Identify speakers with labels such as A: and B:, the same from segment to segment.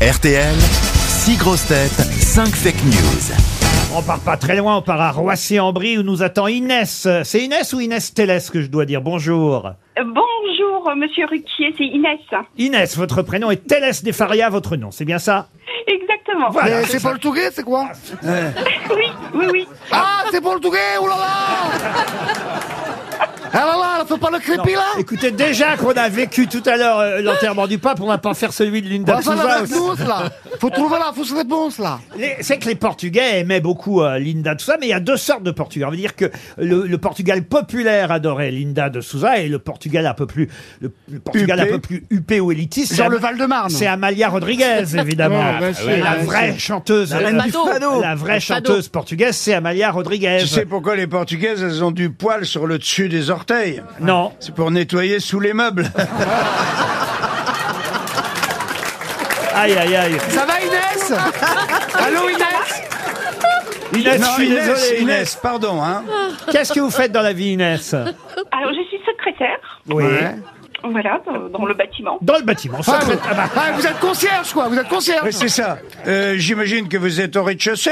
A: RTL, 6 grosses têtes, 5 fake news.
B: On part pas très loin, on part à Roissy-en-Brie où nous attend Inès. C'est Inès ou Inès Télès que je dois dire Bonjour.
C: Euh, Bonjour, euh, monsieur Ruquier, c'est Inès.
B: Inès, votre prénom est Télès Desfaria, votre nom, c'est bien ça
C: Exactement.
B: Voilà,
D: Mais c'est portugais, c'est quoi
C: Oui, oui, oui.
D: é Ah, c'est portugais, oulala Ah là là, faut pas le creepy là
B: Écoutez, déjà qu'on a vécu tout à l'heure euh, l'enterrement du pape, on va pas faire celui de
D: On
B: Linda
D: va faire
B: Souza
D: la
B: aussi.
D: réponse là Faut trouver la fausse réponse là
B: Les- C'est que les Portugais aimaient beaucoup euh, Linda de Souza, mais il y a deux sortes de Portugais. On veut dire que le, le Portugal populaire adorait Linda de Souza et le Portugal un peu plus le, le Portugal
D: Huppé.
B: un peu plus huppé ou élitiste. c'est
D: Genre le
B: Am-
D: Val-de-Marne
B: C'est Amalia Rodriguez, évidemment.
D: Ouais, bien sûr,
B: la
D: bien
B: vraie chanteuse. La,
E: reine du fado.
B: la vraie chanteuse portugaise, c'est Amalia Rodriguez.
F: Tu sais pourquoi les Portugaises, elles ont du poil sur le dessus des orteils
B: Non.
F: C'est pour nettoyer sous les meubles.
B: Aïe, aïe, aïe.
D: Ça va Inès Allô Inès
B: Inès, je suis
F: Inès,
B: désolé, Inès.
F: Inès, pardon. Hein.
B: Qu'est-ce que vous faites dans la vie, Inès
C: Alors, je suis secrétaire,
B: Oui.
D: Ouais.
C: voilà, dans, dans le bâtiment.
B: Dans le bâtiment.
D: Ah,
B: secrète-
D: vous,
B: Ah bah,
D: ah, vous êtes concierge quoi, vous êtes
F: Oui,
D: concierge
F: c'est ça. Euh, J'imagine que vous êtes au rez-de-chaussée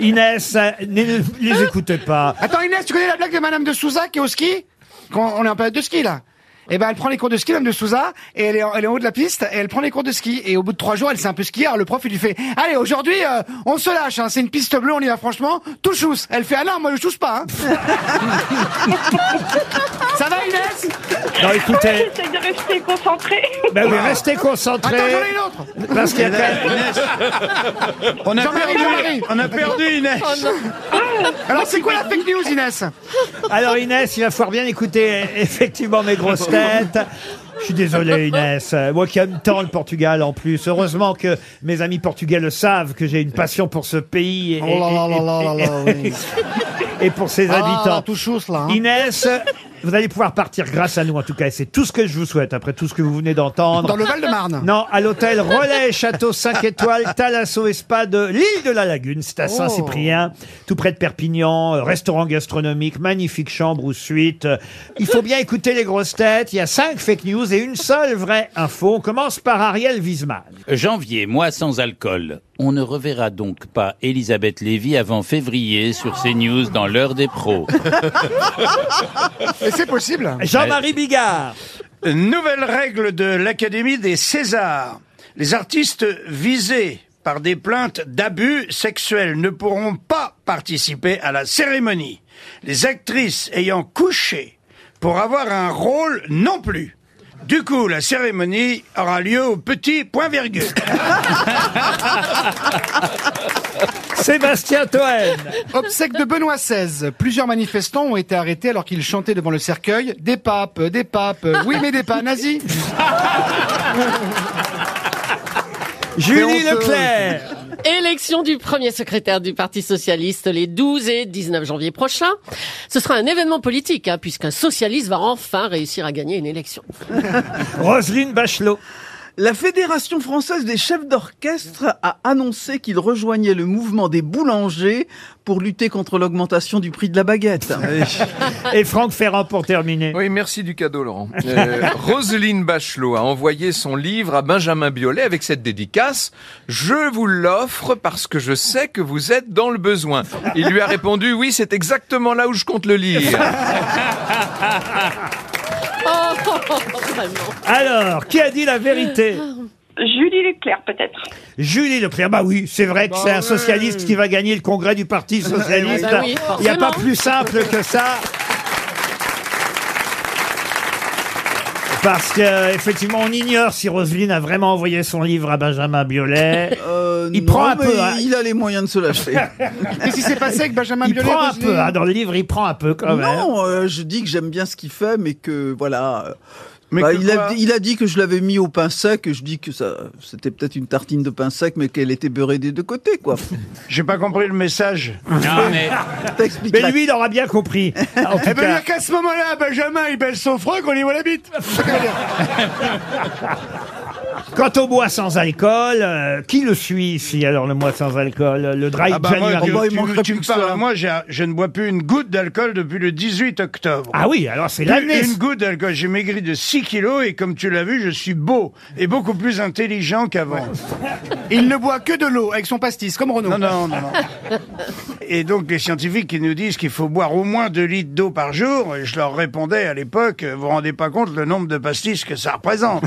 B: Inès, euh, ne les écoutez pas.
D: Attends Inès, tu connais la blague de Madame de Souza qui est au ski Quand on est en période de ski là et ben elle prend les cours de ski, Madame de Souza, et elle est, en, elle est en haut de la piste, et elle prend les cours de ski. Et au bout de trois jours, elle s'est un peu skier. Le prof, il lui fait « Allez, aujourd'hui, euh, on se lâche, hein, c'est une piste bleue, on y va franchement, tout chousse !» Elle fait « Ah non, moi je chousse pas hein. Ça va Inès
B: Non, écoutez.
C: J'essaie de rester concentrée.
B: Ben oui, restez
D: Attends,
B: concentrés.
D: j'en ai une autre
B: Parce qu'il y a quand même-
F: Inès. On a
D: Jean-Marie
F: perdu,
D: Jean-Marie.
F: on a perdu Inès.
B: Oh
D: Alors c'est quoi la fake news Inès
B: Alors Inès, il va falloir bien écouter euh, effectivement mes grosses têtes. Je suis désolé Inès, Euh, moi qui aime tant le Portugal en plus. Heureusement que mes amis portugais le savent que j'ai une passion pour ce pays et, et-
D: Oh là là là là là là, oui.
B: et pour ses habitants.
D: Ah, tout chousse là hein.
B: Inès, vous allez pouvoir partir grâce à nous en tout cas. Et c'est tout ce que je vous souhaite après tout ce que vous venez d'entendre.
D: Dans le Val-de-Marne
B: Non, à l'hôtel Relais Château 5 étoiles Talasso et Spa de l'île de la Lagune, c'est
D: Oh.
B: à Saint-Cyprien, tout près de Perpignan, euh, restaurant gastronomique, magnifique chambre ou suite. Euh, Il faut bien écouter les grosses têtes, il y a cinq fake news et une seule vraie info. On commence par Ariel Wiesmann.
G: Janvier, mois sans alcool. On ne reverra donc pas Elisabeth Lévy avant février sur CNews dans l'heure des pros.
D: Et c'est possible
B: Jean-Marie Bigard.
F: Nouvelle règle de l'Académie des Césars. Les artistes visés par des plaintes d'abus sexuels ne pourront pas participer à la cérémonie. Les actrices ayant couché pour avoir un rôle non plus. Du coup, la cérémonie aura lieu au petit point virgule.
B: Sébastien Toen.
D: Obsèque de Benoît XVI. Plusieurs manifestants ont été arrêtés alors qu'ils chantaient devant le cercueil « Des papes, des papes, oui mais des pas nazis
B: Julie
D: honteux.
B: Leclerc.
E: Élection du premier secrétaire du Parti Socialiste les 12 et 19 janvier prochains. Ce sera un événement politique, hein, puisqu'un socialiste va enfin réussir à gagner une élection.
B: Roselyne Bachelot.
H: La Fédération française des chefs d'orchestre a annoncé qu'il rejoignait le mouvement des boulangers pour lutter contre l'augmentation du prix de la baguette.
B: Et Franck Ferrand pour terminer.
I: Oui, merci du cadeau, Laurent. Euh, Roselyne Bachelot a envoyé son livre à Benjamin Biolay avec cette dédicace. Je vous l'offre parce que je sais que vous êtes dans le besoin. Il lui a répondu, oui, c'est exactement là où je compte le lire.
E: Oh, vraiment.
B: Alors, qui a dit la vérité
C: Julie Leclerc, peut-être.
B: Julie Leclerc, bah oui, c'est vrai que c'est un socialiste qui va gagner le congrès du Parti Socialiste.
E: Bah oui,
B: Il n'y a pas
E: forcément.
B: plus simple que ça. Parce que euh, effectivement, on ignore si Roselyne a vraiment envoyé son livre à Benjamin Biolay.
H: Euh,
B: Il prend un
H: mais
B: peu, hein. Ah
H: Il a les moyens de se lâcher.
D: Qu'est-ce qui s'est passé avec Benjamin
B: Il
D: Biolay
B: prend un
D: Roselyne
B: peu, hein, dans le livre, il prend un peu quand même.
H: non, euh, je dis que j'aime bien ce qu'il fait, mais que voilà. euh,
F: Mais
H: bah,
F: que
H: il, a,
F: quoi
H: il a dit que je l'avais mis au pain sec, et je dis que ça, c'était peut-être une tartine de pain sec, mais qu'elle était beurrée des deux côtés, quoi.
F: J'ai pas compris le message.
G: Non, mais
H: T'expliques
B: Mais
H: la-
B: lui, il aura bien compris. En tout
F: Eh ben,
B: cas,
F: bien qu'à ce moment-là, Benjamin, il baisse son froc, on y voit la bite.
B: quant au mois sans alcool, euh, qui le suit ici alors le mois sans alcool Le dry
F: Ah bah moi,
B: January.
F: tu-
H: bah, il
F: tu-
H: manquerait
F: tu
H: plus
F: me
H: que ça.
F: parles, moi, j'ai- je ne bois plus une goutte d'alcool depuis le 18 octobre.
B: Ah oui, alors c'est
F: Plus
B: l'année.
F: une goutte d'alcool, j'ai maigri de 6 kilos et comme tu l'as vu, je suis beau et beaucoup plus intelligent qu'avant.
D: Il ne boit que de l'eau avec son pastis, comme Renaud.
F: Non, non, non, non. Et donc, les scientifiques qui nous disent qu'il faut boire au moins 2 litres d'eau par jour, et je leur répondais à l'époque, vous vous rendez pas compte le nombre de pastilles que ça représente.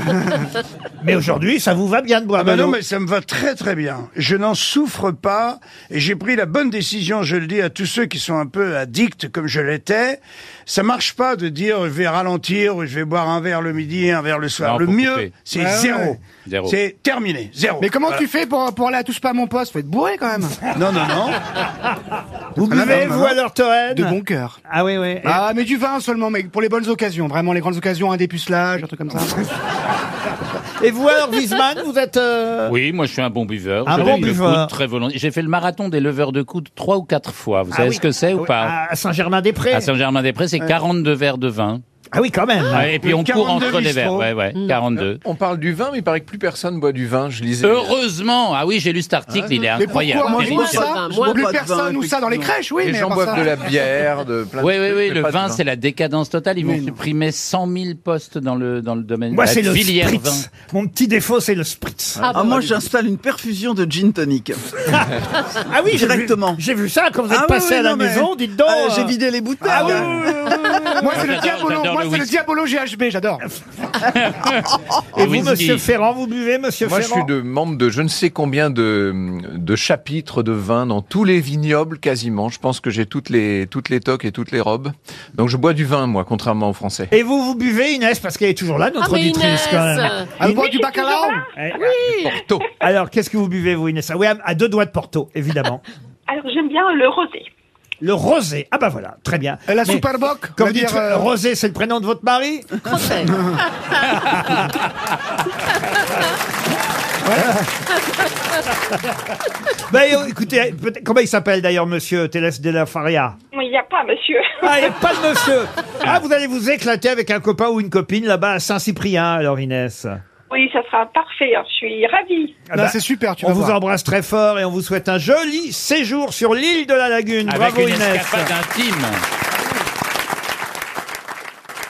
B: Mais aujourd'hui, ça vous va bien de boire
F: Ah bah
B: de
F: non,
B: l'eau.
F: mais ça me va très très bien. Je n'en souffre pas et j'ai pris la bonne décision, je le dis à tous ceux qui sont un peu addicts comme je l'étais. Ça marche pas de dire je vais ralentir ou je vais boire un verre le midi et un verre le soir.
G: Non,
F: le
G: faut
F: mieux,
G: couper.
F: c'est
D: Ah ouais.
F: zéro.
G: Zéro.
F: C'est terminé, zéro.
D: Mais comment
F: Voilà.
D: tu fais pour, pour aller à Touche pas à mon poste Faut être bourré quand même.
F: Non, non, non.
B: Vous
D: Ah,
B: buvez,
D: non, non,
B: vous,
D: non.
B: alors, Toen
D: De bon cœur.
B: Ah oui, oui.
D: Ah, mais du vin seulement, mec, pour les bonnes occasions. Vraiment, les grandes occasions, un dépucelage, un truc comme ça.
B: Et vous, alors, Wiesmann, vous êtes... euh,
G: Oui, moi je suis un bon buveur.
B: Un
G: Je
B: bon
G: lève le
B: buveur.
G: coude très volontiers. J'ai fait le marathon des leveurs de coude trois ou quatre fois. Vous savez
B: Ah oui.
G: ce que c'est ou
B: oui, Ah
G: pas
B: À Saint-Germain-des-Prés.
G: À Saint-Germain-des-Prés, c'est 42 verres de vin.
B: Ah oui, Mm. quand même.
G: Ouais, et puis on court
F: 42
G: entre les verres.
F: bistrots.
G: Ouais, ouais, 42.
I: On parle du vin, mais il paraît que plus personne boit du vin, je lisais.
D: Euh,
G: Heureusement Ah oui, j'ai lu cet article, il est
D: Mais pourquoi
G: incroyable.
D: moi je
G: Terrible.
D: bois
E: Moi,
D: ça
E: pas de
D: Je
E: vin,
D: bois plus
H: moi, pas de
D: personne
H: vin,
D: ou ça dans les
H: effectivement.
D: crèches, oui,
I: Les
D: mais
I: gens
D: à part
I: boivent
D: ça-
I: de la bière, de plein
G: Oui,
I: de
G: oui,
I: trucs,
G: oui,
I: mais
G: le
I: pas de
G: vin, c'est la décadence totale. Ils
D: Mais
G: vont
D: non.
G: supprimer 100 000 postes dans le, dans le domaine.
B: Moi,
G: la
B: c'est le
G: filière
B: spritz.
G: vin.
B: Mon petit défaut, c'est le spritz.
E: Ah,
H: Ah,
E: bon.
H: moi, j'installe une perfusion de gin tonic.
B: Ah oui, j'ai vu-
H: Directement.
B: J'ai vu ça quand vous êtes
H: Ah oui,
B: passé
H: oui,
B: à la
H: non, mais-
B: maison, dites donc.
H: Euh, J'ai
B: euh,
H: vidé les bouteilles.
B: Ah oui,
D: Moi, c'est le
G: J'adore-
D: Diabolo,
G: j'adore
D: moi,
G: le
D: c'est le
G: whisky.
D: Diabolo GHB, j'adore.
B: Et
G: Le
B: vous,
G: whisky.
B: monsieur Ferrand, vous buvez, monsieur
I: Moi, je
B: Ferrand
I: suis de, membre de je ne sais combien de, de chapitres de vin dans tous les vignobles quasiment. Je pense que j'ai toutes les, toutes les toques et toutes les robes. Donc, je bois du vin, moi, contrairement aux Français.
B: Et vous, vous buvez, Inès, parce qu'elle est toujours là, notre
E: Ah, mais
B: auditrice,
E: Inès.
B: quand même.
D: Elle boit du
C: je suis
D: bacalao.
C: toujours là.
B: Eh,
I: Porto.
B: Alors, qu'est-ce que vous buvez, vous, Inès Ah Oui, à, à deux doigts de Porto, évidemment.
C: Alors, j'aime bien le rosé.
B: Le rosé. Ah bah voilà, très bien.
D: Et La
B: Mais
D: Superboc,
B: Quand
D: comme
B: vous dites
D: dire. euh,
B: euh, rosé, c'est le prénom de votre mari
E: Crottet.
B: Ben euh, écoutez, peut-être- comment il s'appelle d'ailleurs, monsieur Teles de la Faria
C: Mais il n'y a pas, monsieur.
B: Ah, il n'y a pas de monsieur Ah, vous allez vous éclater avec un copain ou une copine là-bas à Saint-Cyprien, alors Inès.
C: Oui, ça sera parfait. hein. Je suis ravie.
B: Ah
D: non,
B: bah,
D: c'est super, tu
B: on
D: vas
B: vous
D: voir.
B: embrasse très fort et on vous souhaite un joli séjour sur l'île de la Lagune.
G: Avec
B: Bravo
G: une
B: Inès.
G: escapade intime.